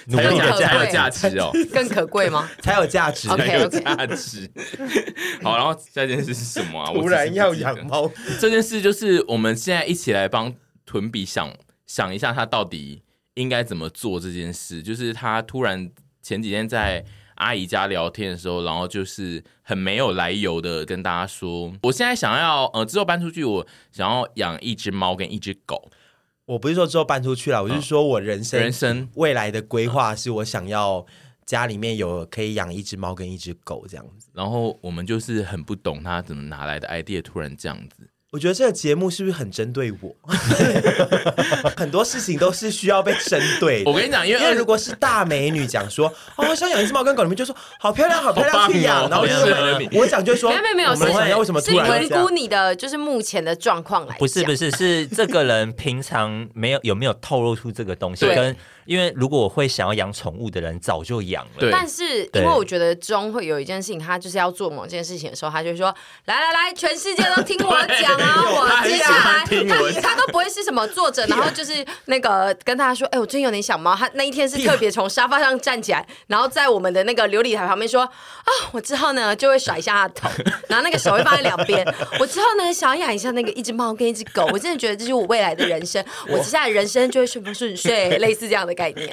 [SPEAKER 4] 努
[SPEAKER 3] 才有
[SPEAKER 4] 力
[SPEAKER 3] 价
[SPEAKER 4] 的
[SPEAKER 2] 可
[SPEAKER 3] 才有
[SPEAKER 2] 贵
[SPEAKER 3] 价值 哦。
[SPEAKER 2] 更可贵吗？
[SPEAKER 1] 才有价 值。
[SPEAKER 2] OK
[SPEAKER 3] 才有价值。 好，然后下一件事是什么啊？我
[SPEAKER 1] 突然要
[SPEAKER 3] 只是
[SPEAKER 1] 养猫，
[SPEAKER 3] 不记得这件事，就是我们现在一起来帮屯比想想一下，他到底应该怎么做这件事。就是他突然前几天在阿姨家聊天的时候，然后就是很没有来由的跟大家说，我现在想要呃，之后搬出去，我想要养一只猫跟一只狗。
[SPEAKER 1] 我不是说之后搬出去了，我是说我人生
[SPEAKER 3] 嗯人生
[SPEAKER 1] 未来的规划是我想要家里面有可以养一只猫跟一只狗这样子。
[SPEAKER 3] 然后我们就是很不懂他怎么拿来的 idea，突然这样子。
[SPEAKER 1] 我觉得这个节目是不是很针对我？ 很多事情都是需要被针对的。
[SPEAKER 3] 我跟你讲，因
[SPEAKER 1] 因
[SPEAKER 3] 为
[SPEAKER 1] 为如果是大美女讲说，哦，我想养一只猫跟狗，你们就说好漂亮，好漂亮，
[SPEAKER 3] 好棒哦
[SPEAKER 1] 去养。然后我就
[SPEAKER 3] 好适合你
[SPEAKER 1] 会，我讲就会说，
[SPEAKER 2] 没有没有没有，
[SPEAKER 1] 啊我们想要为什么
[SPEAKER 2] 是
[SPEAKER 1] 突
[SPEAKER 2] 是
[SPEAKER 1] 然要
[SPEAKER 2] 评
[SPEAKER 1] 这样
[SPEAKER 2] 估你的就是目前的状况来讲，
[SPEAKER 4] 不是不是，是这个人平常没有有没有透露出这个东西，
[SPEAKER 2] 对
[SPEAKER 4] 跟因为如果我会想要养宠物的人早就养了，
[SPEAKER 3] 对
[SPEAKER 2] 但是因
[SPEAKER 4] 对
[SPEAKER 2] 为我觉得钟会有一件事情，他就是要做某件事情的时候，他就会说：“来来来，全世界都听我讲啊！
[SPEAKER 3] 对他
[SPEAKER 2] 我
[SPEAKER 3] 很
[SPEAKER 2] 接下
[SPEAKER 3] 喜
[SPEAKER 2] 来
[SPEAKER 3] 欢听我
[SPEAKER 2] 他他都不会是什么作 者，然后就是那个跟他说：‘哎、我最近有点想猫。’他那一天是特别从沙发上站起来，然后在我们的那个琉璃台旁边说：‘啊，我之后呢就会甩一下他的头， 然后那个手会放在两边。我之后呢想要养一下那个一只猫跟一只狗。’我真的觉得这就是我未来的人生，我接下来人生就会顺风顺 水，类似这样的概念。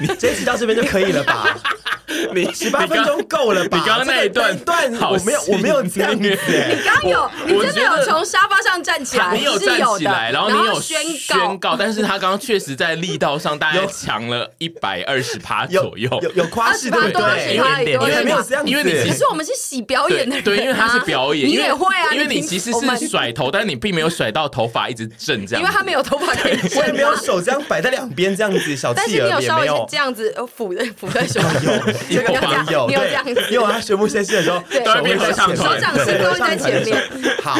[SPEAKER 1] 你这一集到这边就可以了吧？
[SPEAKER 3] 你
[SPEAKER 1] 十八分钟够了吧？
[SPEAKER 3] 你刚刚那一段
[SPEAKER 1] 这个那一段
[SPEAKER 3] 好
[SPEAKER 1] 我没有，我没有这样子
[SPEAKER 3] 戏虐
[SPEAKER 1] 欸。
[SPEAKER 2] 刚有，哎你真的
[SPEAKER 3] 我觉
[SPEAKER 2] 有
[SPEAKER 3] 得
[SPEAKER 2] 从沙发上站起来，
[SPEAKER 3] 你有
[SPEAKER 2] 是
[SPEAKER 3] 站
[SPEAKER 2] 有
[SPEAKER 3] 起
[SPEAKER 2] 的
[SPEAKER 3] 来，然后你
[SPEAKER 2] 后
[SPEAKER 3] 有
[SPEAKER 2] 宣
[SPEAKER 3] 宣告，但是他刚刚确实在力道上大概强了一百二十趴左
[SPEAKER 1] 有
[SPEAKER 3] 右，
[SPEAKER 1] 有有夸饰，对
[SPEAKER 2] 28
[SPEAKER 1] 不
[SPEAKER 2] 多
[SPEAKER 1] 对？
[SPEAKER 2] 28
[SPEAKER 4] 一点点
[SPEAKER 2] 多
[SPEAKER 1] 因为没有这样子，
[SPEAKER 3] 因为你其
[SPEAKER 2] 可
[SPEAKER 3] 实
[SPEAKER 2] 是我们是洗表演的
[SPEAKER 3] 对
[SPEAKER 2] 人、啊
[SPEAKER 3] 对，因为他是表演，
[SPEAKER 2] 你
[SPEAKER 3] 因为
[SPEAKER 2] 也会啊，
[SPEAKER 3] 因为
[SPEAKER 2] 你
[SPEAKER 3] 你
[SPEAKER 2] 平
[SPEAKER 3] 其实
[SPEAKER 2] 我们
[SPEAKER 3] 是甩头，但是你并没有甩到头发一直震这样子，
[SPEAKER 2] 因为他没有头发可以
[SPEAKER 1] 我也
[SPEAKER 2] 剪
[SPEAKER 1] 没有
[SPEAKER 2] 啊。
[SPEAKER 1] 手这样摆在两边这样子，小
[SPEAKER 2] 但是
[SPEAKER 1] 企
[SPEAKER 2] 你
[SPEAKER 1] 鹅
[SPEAKER 2] 有
[SPEAKER 1] 也
[SPEAKER 2] 稍
[SPEAKER 1] 没
[SPEAKER 2] 微是
[SPEAKER 1] 有
[SPEAKER 2] 这。样子，呃抚在抚在 手上，
[SPEAKER 1] 这个
[SPEAKER 2] 你有这样
[SPEAKER 1] 有，
[SPEAKER 2] 你有
[SPEAKER 1] 对
[SPEAKER 2] 这样子
[SPEAKER 1] 因为我他全部先试的时候，
[SPEAKER 2] 对
[SPEAKER 1] 手会在前面
[SPEAKER 3] 手掌
[SPEAKER 2] 是
[SPEAKER 1] 对
[SPEAKER 2] 都会在前面
[SPEAKER 1] 手掌是在前面好，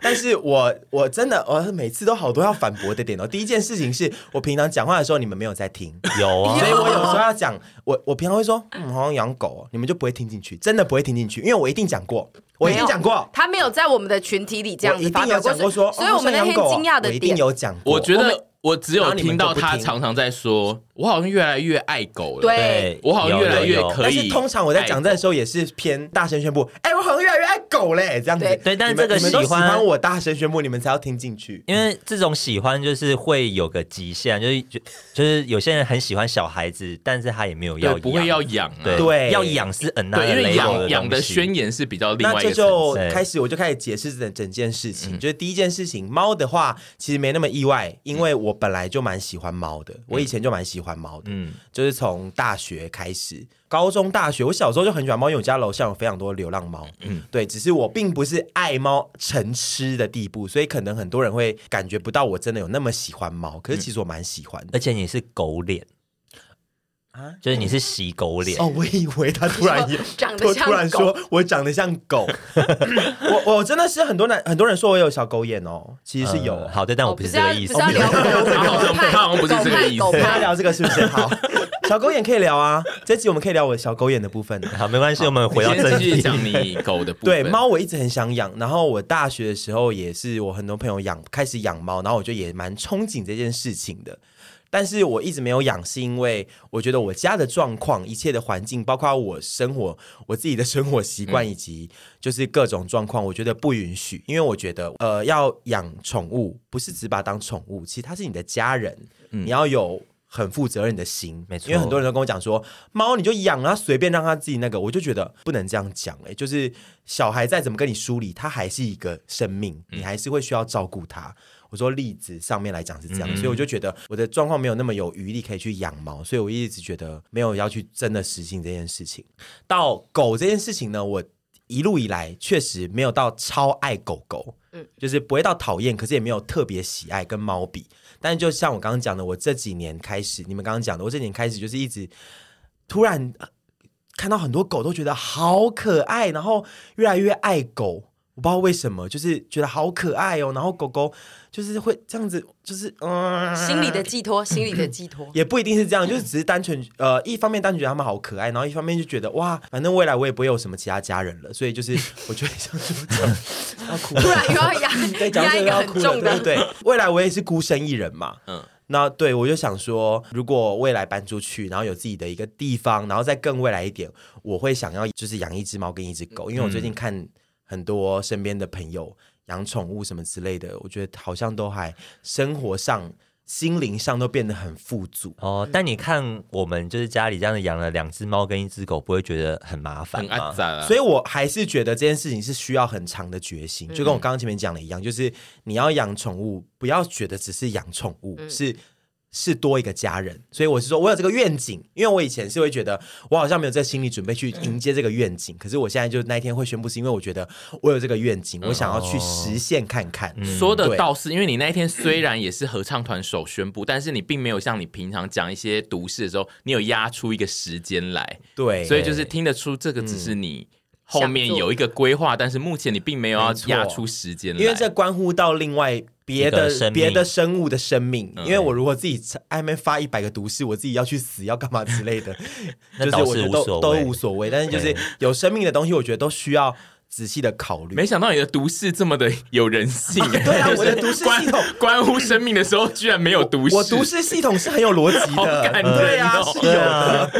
[SPEAKER 1] 但是我我真的，我每次都好多要反驳的点哦。第一件事情是我平常讲话的时候，你们没有在听，
[SPEAKER 4] 有啊
[SPEAKER 1] 所以我有时候要讲，我我平常会说，嗯，好像养狗哦，你们就不会听进去，真的不会听进去，因为我一定讲过，我一定讲过，
[SPEAKER 2] 他没有在我们的群体里这
[SPEAKER 1] 我
[SPEAKER 2] 样
[SPEAKER 1] 一
[SPEAKER 2] 子发
[SPEAKER 1] 定有
[SPEAKER 2] 表
[SPEAKER 1] 讲过说，
[SPEAKER 2] 所以所以我们那天
[SPEAKER 1] 哦好像养狗哦
[SPEAKER 2] 惊讶的
[SPEAKER 1] 我一定
[SPEAKER 2] 点，
[SPEAKER 1] 有讲过。
[SPEAKER 3] 我觉
[SPEAKER 2] 我们
[SPEAKER 3] 得我只有
[SPEAKER 1] 然后你们
[SPEAKER 3] 听到
[SPEAKER 1] 都不
[SPEAKER 3] 他
[SPEAKER 1] 听
[SPEAKER 3] 常常在说，我好像越来越爱狗了，
[SPEAKER 2] 对，
[SPEAKER 3] 我好像越来越
[SPEAKER 4] 有有有
[SPEAKER 3] 可
[SPEAKER 1] 但是
[SPEAKER 3] 以
[SPEAKER 1] 通常我在讲这的时候也是偏大声宣布，哎、我好像越来越爱狗嘞，这样子。
[SPEAKER 2] 对
[SPEAKER 4] 对但是
[SPEAKER 1] 你们
[SPEAKER 4] 这个
[SPEAKER 1] 你们都
[SPEAKER 4] 喜
[SPEAKER 1] 喜
[SPEAKER 4] 欢
[SPEAKER 1] 欢我大声宣布，你们才要听进去。
[SPEAKER 4] 因为这种喜欢就是会有个极限，就是就就是有些人很喜欢小孩子，但是他也没有
[SPEAKER 3] 对，
[SPEAKER 4] 要养，
[SPEAKER 3] 不会要养啊，
[SPEAKER 4] 对
[SPEAKER 1] 对
[SPEAKER 4] 要养是很难
[SPEAKER 3] 对，因为
[SPEAKER 4] 的
[SPEAKER 3] 养养
[SPEAKER 4] 东
[SPEAKER 3] 的
[SPEAKER 4] 西
[SPEAKER 3] 宣言是比较另
[SPEAKER 1] 那
[SPEAKER 3] 外一
[SPEAKER 1] 这
[SPEAKER 3] 个层次，嗯
[SPEAKER 1] 就开始，我就开始解释整整件事情。就是第一件事情，猫的话其实没那么意外，因为我本来就蛮喜欢猫的，我以前就蛮喜欢猫的，嗯，就是从大学开始，高中、大学，我小时候就很喜欢猫，因为我家楼下有非常多流浪猫，嗯，对，只是我并不是爱猫成痴的地步，所以可能很多人会感觉不到我真的有那么喜欢猫，可是其实我蛮喜欢的。
[SPEAKER 4] 而且你是狗脸
[SPEAKER 1] 啊
[SPEAKER 4] 就是你是洗狗脸，
[SPEAKER 1] 哦，我以为他突然
[SPEAKER 2] 你说长得
[SPEAKER 1] 突
[SPEAKER 2] 像
[SPEAKER 1] 突然
[SPEAKER 2] 狗
[SPEAKER 1] 说我长得像狗， 我我真的是很多男很多人说我有小狗眼哦，其实是有。
[SPEAKER 4] 呃好的，但我不是这
[SPEAKER 2] 要
[SPEAKER 4] 个
[SPEAKER 2] 哦不
[SPEAKER 4] 意
[SPEAKER 2] 是
[SPEAKER 4] 思。
[SPEAKER 2] 要聊狗 狗派，
[SPEAKER 3] 好像不是这个意思
[SPEAKER 2] 狗
[SPEAKER 1] 我们要
[SPEAKER 2] 派狗派
[SPEAKER 1] 聊这个是不是？好，小狗眼可以聊啊，这集我们可以聊我小狗眼的部分。
[SPEAKER 4] 好，没关系，我们回到
[SPEAKER 3] 你先
[SPEAKER 4] 正
[SPEAKER 3] 继续
[SPEAKER 4] 题。
[SPEAKER 3] 讲你狗的部
[SPEAKER 1] 对，
[SPEAKER 3] 分，
[SPEAKER 1] 猫我一直很想养，然后我大学的时候也是，我很多朋友养开始养猫，然后我就也蛮憧憬这件事情的。但是我一直没有养，是因为我觉得我家的状况、一切的环境，包括我生活、我自己的生活习惯以及
[SPEAKER 4] 嗯
[SPEAKER 1] 就是各种状况，我觉得不允许。因为我觉得，呃，要养宠物不是只把它当宠物，其实它是你的家人，你要有很负责任的心，
[SPEAKER 4] 嗯没错
[SPEAKER 1] 因为很多人都跟我讲说，猫你就养啊，随便让它自己那个，我就觉得不能这样讲哎、欸就是小孩再怎么跟你梳理，他还是一个生命，
[SPEAKER 4] 嗯
[SPEAKER 1] 你还是会需要照顾他。我说例子上面来讲是这样，所以我就觉得我的状况没有那么有余力可以去养猫，所以我一直觉得没有要去真的实行这件事情。到狗这件事情呢，我一路以来确实没有到超爱狗狗，嗯，就是不会到讨厌，可是也没有特别喜爱跟猫比。但是就像我刚刚讲的，我这几年开始，你们刚刚讲的，我这几年开始就是一直突然呃看到很多狗都觉得好可爱，然后越来越爱狗。我不知道为什么，就是觉得好可爱哦。然后狗狗就是会这样子，就是 嗯，
[SPEAKER 2] 心里的寄托，心里的 寄托。
[SPEAKER 1] 也不一定是这样，就是只是单纯呃，一方面单纯觉得他们好可爱，然后一方面就觉得哇，反正未来我也不会有什么其他家人了，所以就是我就会想说这样，要哭了
[SPEAKER 2] 突然又要压
[SPEAKER 1] 对，讲到
[SPEAKER 2] 压
[SPEAKER 1] 这个
[SPEAKER 2] 一个
[SPEAKER 1] 要
[SPEAKER 2] 很
[SPEAKER 1] 哭了，
[SPEAKER 2] 重
[SPEAKER 1] 对
[SPEAKER 2] 的
[SPEAKER 1] 对对，未来我也是孤身一人嘛，
[SPEAKER 3] 嗯
[SPEAKER 1] 嗯。那对我就想说，如果未来搬出去，然后有自己的一个地方，然后再更未来一点，我会想要就是养一只猫跟一只狗，因为我最近看很多身边的朋友养宠物什么之类的，我觉得好像都还生活上、心灵上都变得很富足。
[SPEAKER 4] 哦，但你看我们就是家里这样养了两只猫跟一只狗，不会觉得很麻烦
[SPEAKER 3] 很
[SPEAKER 4] 吗？
[SPEAKER 3] 阿赞啊，
[SPEAKER 1] 所
[SPEAKER 3] 以
[SPEAKER 1] 以我还是觉得这件事情是需要很长的决心，
[SPEAKER 3] 嗯
[SPEAKER 1] 就跟我刚刚前面讲的一样，就是你要养宠物，不要觉得只是养宠
[SPEAKER 3] 嗯
[SPEAKER 1] 物、是。是多一个家人，所以我是说，我有这个愿景，因为我以前是会觉得我好像没有这个心理准备去迎接这个愿景，可是我现在就那一天会宣布，是因为我觉得我有这个愿景，我想要
[SPEAKER 3] 哦
[SPEAKER 1] 去实现看看。
[SPEAKER 3] 说的
[SPEAKER 1] 嗯对
[SPEAKER 3] 倒是，因为你那一天虽然也是合唱团首宣布，但是你并没有像你平常讲一些读诗的时候，你有压出一个时间来，
[SPEAKER 1] 对，嗯
[SPEAKER 3] 所以就是听得出这个只是你后面
[SPEAKER 2] 想做
[SPEAKER 3] 有一个规划，但是目前你并没有要
[SPEAKER 1] 没错
[SPEAKER 3] 压出时间来，
[SPEAKER 1] 因为这关乎到另外别
[SPEAKER 4] 一个
[SPEAKER 1] 的
[SPEAKER 4] 生命嗯
[SPEAKER 1] 别的生物的生命，因为我如果自己暧昧发一百个毒誓，我自己要去死要干嘛之类的， 就
[SPEAKER 4] 那
[SPEAKER 1] 是
[SPEAKER 4] 倒
[SPEAKER 1] 我觉得
[SPEAKER 4] 是无
[SPEAKER 1] 都
[SPEAKER 4] 所
[SPEAKER 1] 都
[SPEAKER 4] 谓
[SPEAKER 1] 无所谓。但是就是
[SPEAKER 4] 对
[SPEAKER 1] 有生命的东西，我觉得都需要仔细的考虑
[SPEAKER 3] 没。想到你的毒誓这么的有人性、
[SPEAKER 1] 对啊
[SPEAKER 3] 就是
[SPEAKER 1] 我的毒誓
[SPEAKER 3] 关
[SPEAKER 1] 系统
[SPEAKER 3] 关乎生命的时候，居然没有毒誓。
[SPEAKER 1] 我毒誓系统是很有逻 辑
[SPEAKER 3] 好
[SPEAKER 1] 的
[SPEAKER 3] 感，人哦
[SPEAKER 1] 对啊，是有
[SPEAKER 4] 对啊
[SPEAKER 1] 的，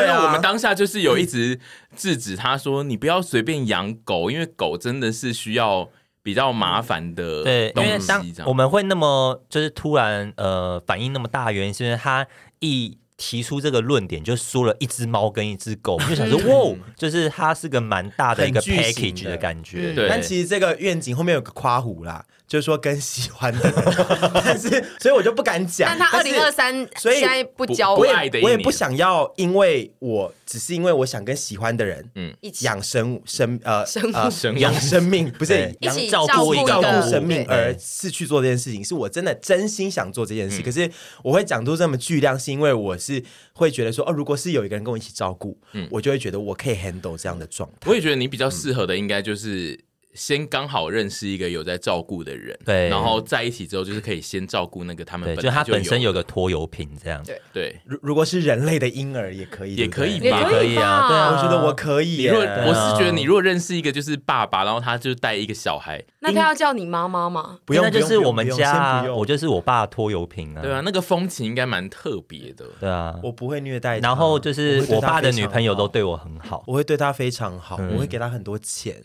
[SPEAKER 1] 对
[SPEAKER 3] 是
[SPEAKER 1] 啊，
[SPEAKER 3] 我们当下就是有一直制止他说，你不要随便养狗，因为狗真的是需要比较麻烦的
[SPEAKER 4] 嗯对，因
[SPEAKER 3] 东
[SPEAKER 4] 为当
[SPEAKER 3] 西。这
[SPEAKER 4] 我
[SPEAKER 3] 样，
[SPEAKER 4] 们会那么就是突然呃反应那么大，的原因是因为他一提出这个论点就输了一只猫跟一只狗，我就想说哇，哦就是它是个蛮大的一个
[SPEAKER 1] 很巨型
[SPEAKER 4] package
[SPEAKER 1] 的
[SPEAKER 4] 的感觉，
[SPEAKER 2] 嗯
[SPEAKER 3] 对
[SPEAKER 1] 但其实这个愿景后面有个夸弧啦，就是说跟喜欢的人， 但是所以我就不敢讲。
[SPEAKER 2] 但他二
[SPEAKER 1] 是
[SPEAKER 2] 零二三
[SPEAKER 1] 所以
[SPEAKER 2] 现在不交
[SPEAKER 3] 不
[SPEAKER 1] 我
[SPEAKER 2] 往
[SPEAKER 3] 不爱的一
[SPEAKER 1] 也我也
[SPEAKER 3] 年
[SPEAKER 1] 不啊想要，因为我只是因为我想跟喜欢的人，嗯，
[SPEAKER 2] 一起
[SPEAKER 1] 养生物生呃
[SPEAKER 2] 生物
[SPEAKER 1] 呃
[SPEAKER 3] 生物
[SPEAKER 1] 养生命，不是
[SPEAKER 4] 对
[SPEAKER 2] 一
[SPEAKER 1] 养
[SPEAKER 2] 起
[SPEAKER 4] 照顾一个
[SPEAKER 1] 照顾
[SPEAKER 4] 物
[SPEAKER 1] 生命
[SPEAKER 2] 对
[SPEAKER 1] 而是去做这件事情，是我真的真心想做这件
[SPEAKER 4] 嗯
[SPEAKER 1] 事。可是我会讲出这么巨量，是因为我是会觉得说，哦，如果是有一个人跟我一起照顾，
[SPEAKER 4] 嗯
[SPEAKER 1] 我就会觉得我可以 handle 这样的状态。
[SPEAKER 3] 我也觉得你比较适合的，应该就是先刚好认识一个有在照顾的人，
[SPEAKER 4] 对
[SPEAKER 3] 然后在一起之后，就是可以先照顾那个他们
[SPEAKER 4] 对，
[SPEAKER 3] 本来
[SPEAKER 4] 就它本身
[SPEAKER 3] 有
[SPEAKER 4] 有个拖油瓶这样，
[SPEAKER 2] 对
[SPEAKER 3] 对。
[SPEAKER 1] 如如果是人类的婴儿也可以，
[SPEAKER 3] 也
[SPEAKER 1] 对不对
[SPEAKER 3] 可以吧
[SPEAKER 2] 也可以吧
[SPEAKER 4] 啊，对
[SPEAKER 1] 我
[SPEAKER 4] 啊，
[SPEAKER 1] 觉得我可以
[SPEAKER 3] 你
[SPEAKER 1] 耶。
[SPEAKER 3] 如果我
[SPEAKER 4] 啊
[SPEAKER 3] 是觉得你如果认识一个就是爸爸，然后他就带一个小孩，
[SPEAKER 2] 那他要叫你妈 妈吗？
[SPEAKER 1] 不用，
[SPEAKER 4] 那
[SPEAKER 1] 不
[SPEAKER 4] 就
[SPEAKER 1] 用
[SPEAKER 4] 是
[SPEAKER 1] 不用
[SPEAKER 4] 我们
[SPEAKER 1] 不用
[SPEAKER 4] 家
[SPEAKER 1] 先
[SPEAKER 4] 啊
[SPEAKER 1] 不，用
[SPEAKER 4] 我就是我爸的拖油瓶啊，
[SPEAKER 3] 对啊，那个风情应该蛮特别的。
[SPEAKER 4] 对啊，
[SPEAKER 1] 我不会虐待他。
[SPEAKER 4] 然后就是
[SPEAKER 1] 会对
[SPEAKER 4] 我
[SPEAKER 1] 他
[SPEAKER 4] 爸的
[SPEAKER 1] 非常
[SPEAKER 4] 女朋友
[SPEAKER 1] 好
[SPEAKER 4] 都对我很好。
[SPEAKER 1] 我会对他非常好，
[SPEAKER 4] 嗯
[SPEAKER 1] 我会给他很多钱。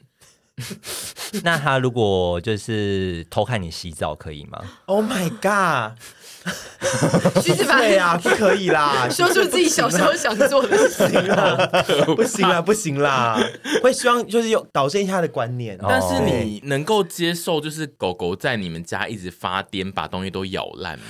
[SPEAKER 4] 那他如果就是偷看你洗澡可以吗？
[SPEAKER 1] Oh my god！
[SPEAKER 2] 徐子
[SPEAKER 3] 啊
[SPEAKER 2] 凡
[SPEAKER 1] 对啊呀，不可以啦，
[SPEAKER 2] 说出自己小时候想做的 事情。
[SPEAKER 1] 不行啊啦，不行 啦，会希望就是有导正一下他的观念。
[SPEAKER 4] 哦
[SPEAKER 3] 但是你能够接受就是狗狗在你们家一直发癫，把东西都咬烂吗？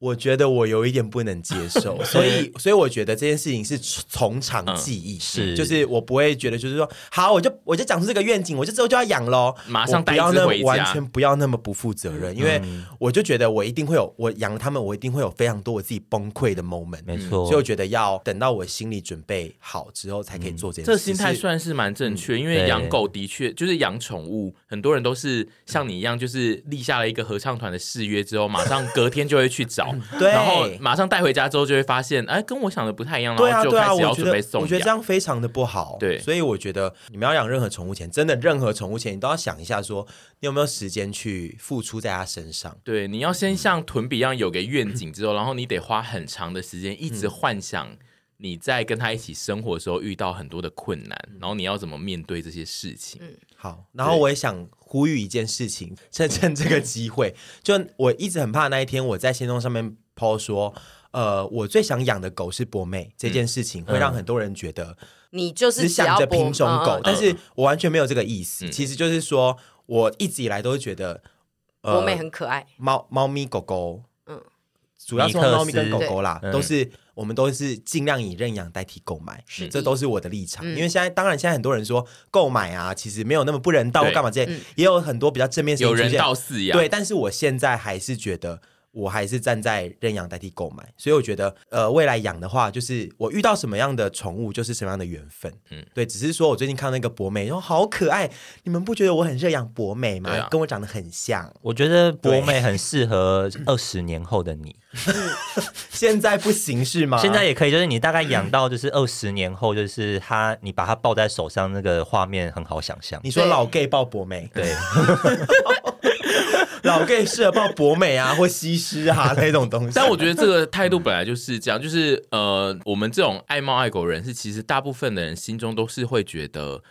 [SPEAKER 1] 我觉得我有一点不能接受， 所以所以我觉得这件事情是从长计
[SPEAKER 3] 嗯
[SPEAKER 1] 议，
[SPEAKER 4] 是
[SPEAKER 1] 就是我不会觉得就是说好，我就我就讲出这个愿景，我就之后就要养喽，
[SPEAKER 3] 马上
[SPEAKER 1] 我不
[SPEAKER 3] 带一只
[SPEAKER 1] 要那
[SPEAKER 3] 回家嗯
[SPEAKER 1] 完全不要那么不负责任，因为我就觉得我一定会有我养了他们，我一定会有非常多我自己崩溃的 moment，
[SPEAKER 4] 没错，
[SPEAKER 1] 所以我觉得要等到我心理准备好之后才可以做这件事。
[SPEAKER 3] 嗯这心态
[SPEAKER 1] 是
[SPEAKER 3] 算是蛮正
[SPEAKER 1] 嗯
[SPEAKER 3] 确，因为
[SPEAKER 4] 对
[SPEAKER 3] 养狗的确就是养宠物，很多人都是像你一样，就是立下了一个合唱团的誓约之后，马上隔天就会去找，
[SPEAKER 1] 嗯对
[SPEAKER 3] 然后马上带回家之后就会发现，哎，跟我想的不太一样，
[SPEAKER 1] 对啊，
[SPEAKER 3] 然后就
[SPEAKER 1] 对
[SPEAKER 3] 开
[SPEAKER 1] 啊，
[SPEAKER 3] 始要
[SPEAKER 1] 我觉
[SPEAKER 3] 准
[SPEAKER 1] 得
[SPEAKER 3] 备送
[SPEAKER 1] 我觉得这
[SPEAKER 3] 养。
[SPEAKER 1] 样非常的不好。
[SPEAKER 3] 对
[SPEAKER 1] 所以我觉得你们要养任何宠物前，真的任何宠物前，你都要想一下说你有没有时间去付出在它身上。
[SPEAKER 3] 对，你要先像屯比一样有个愿景之后，然后你得花很长的时间一直幻想你在跟他一起生活的时候遇到很多的困难，然后你要怎么面对这些事情。
[SPEAKER 1] 好，然后我也想呼吁一件事情，趁趁这个机会，就我一直很怕那一天我在行动上面抛说，呃，我最想养的狗是博美这
[SPEAKER 3] 嗯
[SPEAKER 1] 件事情，会让很多人觉得
[SPEAKER 2] 你就是
[SPEAKER 1] 只想
[SPEAKER 2] 要
[SPEAKER 1] 着
[SPEAKER 2] 播
[SPEAKER 1] 品种狗
[SPEAKER 2] 嗯，
[SPEAKER 1] 但是我完全没有这个意思。
[SPEAKER 3] 嗯
[SPEAKER 1] 其实就是说，我一直以来都觉得，呃
[SPEAKER 2] 博美嗯很可爱，
[SPEAKER 1] 猫猫咪狗狗，
[SPEAKER 2] 嗯
[SPEAKER 1] 嗯，主要是
[SPEAKER 4] 尼克斯
[SPEAKER 1] 猫咪跟狗狗啦，
[SPEAKER 4] 对
[SPEAKER 1] 都是我们都是尽量以认养代替购买，
[SPEAKER 2] 是
[SPEAKER 1] 这都是我的立场。
[SPEAKER 2] 嗯
[SPEAKER 1] 因为现在当然现在很多人说购买啊，其实没有那么不人道
[SPEAKER 3] 对
[SPEAKER 1] 或干嘛这些
[SPEAKER 2] 嗯，
[SPEAKER 1] 也有很多比较正面的事
[SPEAKER 3] 有
[SPEAKER 1] 情出现
[SPEAKER 3] 人道啊饲养，
[SPEAKER 1] 对，但是我现在还是觉得。我还是站在认养代替购买，所以我觉得，呃，未来养的话，就是我遇到什么样的宠物，就是什么样的缘分。嗯
[SPEAKER 3] 嗯，
[SPEAKER 1] 对，只是说我最近看到那个博美，然后好可爱，你们不觉得我很热养博美吗？
[SPEAKER 3] 对啊
[SPEAKER 1] 跟我长得很像，
[SPEAKER 4] 我觉得博美很适合二十年后的你，
[SPEAKER 1] 现在不行是吗？
[SPEAKER 4] 现在也可以，就是你大概养到就是二十年后，就是它你把它抱在手上那个画面很好想象。
[SPEAKER 1] 你说
[SPEAKER 2] 对
[SPEAKER 1] 老 gay 抱博美，
[SPEAKER 4] 对，
[SPEAKER 1] 老 gay 适合抱博美啊，或西施 啊那种东西。
[SPEAKER 3] 但我觉得这个态度本来就是这样，就是呃，我们这种爱猫爱狗人士，其实大部分的人心中都是会觉得。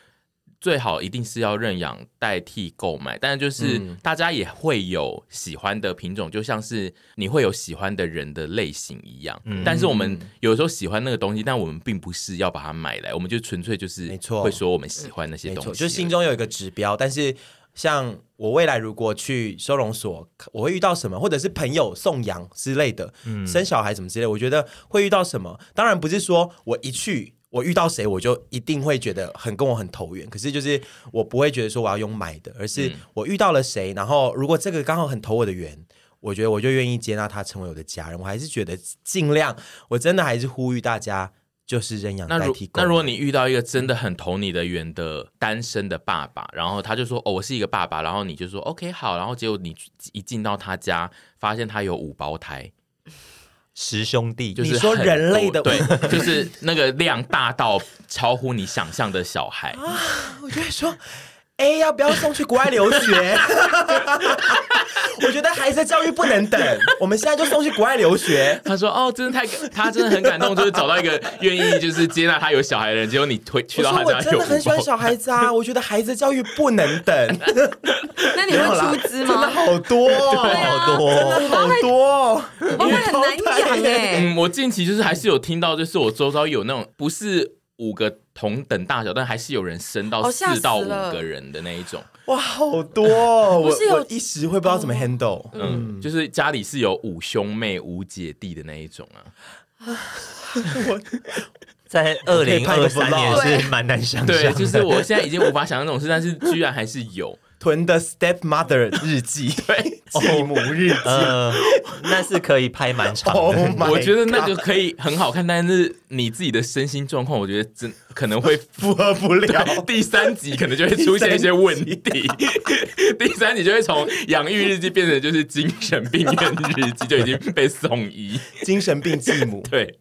[SPEAKER 3] 最好一定是要认养代替购买，但是就是
[SPEAKER 1] 嗯
[SPEAKER 3] 大家也会有喜欢的品种，就像是你会有喜欢的人的类型一样。
[SPEAKER 1] 嗯
[SPEAKER 3] 但是我们有时候喜欢那个东西，但我们并不是要把它买来，我们就纯粹就是
[SPEAKER 1] 没错
[SPEAKER 3] 会说我们喜欢那些
[SPEAKER 1] 没
[SPEAKER 3] 东西
[SPEAKER 1] 错，
[SPEAKER 3] 而已，
[SPEAKER 1] 就是心中有一个指标，但是。像我未来如果去收容所，我会遇到什么，或者是朋友送养之类的，
[SPEAKER 3] 嗯
[SPEAKER 1] 生小孩什么之类，我觉得会遇到什么。当然不是说我一去我遇到谁，我就一定会觉得很跟我很投缘。可是就是我不会觉得说我要用买的，而
[SPEAKER 3] 嗯
[SPEAKER 1] 是我遇到了谁，然后如果这个刚好很投我的缘，我觉得我就愿意接纳他成为我的家人。我还是觉得尽量，我真的还是呼吁大家，就是认养
[SPEAKER 3] 那
[SPEAKER 1] 呃代
[SPEAKER 3] 如
[SPEAKER 1] 替购
[SPEAKER 3] 那如果
[SPEAKER 1] 买
[SPEAKER 3] 你遇到一个真的很投你的缘的单身的爸爸，然后他就说哦我是一个爸爸，然后你就说 OK 好，然后结果你一进到他家，发现他有五胞胎，
[SPEAKER 4] 十兄弟
[SPEAKER 3] 就是
[SPEAKER 1] 你说
[SPEAKER 3] 很
[SPEAKER 1] 人类的
[SPEAKER 3] 多对，就是那个量大到超乎你想象的小孩，
[SPEAKER 1] 我就会说。哎，要不要送去国外留学？ 我觉得孩子的教育不能等，我们现在就送去国外留学。
[SPEAKER 3] 他说哦真的太感他真的很感动，就是找到一个愿意就是接纳他有小孩的人，结果你推去
[SPEAKER 1] 我
[SPEAKER 3] 到
[SPEAKER 1] 说
[SPEAKER 3] 他
[SPEAKER 1] 我
[SPEAKER 3] 家
[SPEAKER 1] 真
[SPEAKER 3] 有
[SPEAKER 1] 的很
[SPEAKER 3] 五
[SPEAKER 1] 喜欢
[SPEAKER 3] 胞
[SPEAKER 1] 小孩子啊，我觉得孩子的教育不能等，
[SPEAKER 2] 那你
[SPEAKER 1] 没有啦
[SPEAKER 2] 会出资
[SPEAKER 1] 真的
[SPEAKER 2] 吗？
[SPEAKER 1] 好多哦，
[SPEAKER 2] 对啊
[SPEAKER 1] 好多哦，真的好多哦，
[SPEAKER 2] 我会很难养哎，
[SPEAKER 3] 嗯，我近期就是还是有听到，就是我周遭有那种不是五个同等大小，但还是有人生到
[SPEAKER 2] 哦吓
[SPEAKER 3] 四
[SPEAKER 2] 死
[SPEAKER 3] 到五
[SPEAKER 2] 了
[SPEAKER 3] 个人的那一种。
[SPEAKER 1] 哇，好 多哦！我
[SPEAKER 2] 不是有
[SPEAKER 1] 我一时会不知道怎么 handle。
[SPEAKER 3] 嗯，就是家里是有五兄妹、五姐弟的那一种啊。
[SPEAKER 4] 在二
[SPEAKER 1] 可以
[SPEAKER 4] 零
[SPEAKER 1] 拍个
[SPEAKER 4] 二三年
[SPEAKER 1] vlog
[SPEAKER 4] 是蛮难想象的。
[SPEAKER 3] 对，就是我现在已经无法想象那种事，但是居然还是 有。
[SPEAKER 1] 屯的 stepmother 日记， 对，
[SPEAKER 3] 哦
[SPEAKER 1] 继母日记。
[SPEAKER 4] 呃，那是可以拍蛮长
[SPEAKER 1] Oh
[SPEAKER 4] 的。
[SPEAKER 1] my
[SPEAKER 3] 哦 我觉得那个可以很好看，但是你自己的身心状况，我觉得真可能会
[SPEAKER 1] 符合不了，
[SPEAKER 3] 第三集可能就会出现一些问题。第三集就会从养育日记变成就是精神病院日记，就已经被送医。
[SPEAKER 1] 精神病继母。
[SPEAKER 3] 对，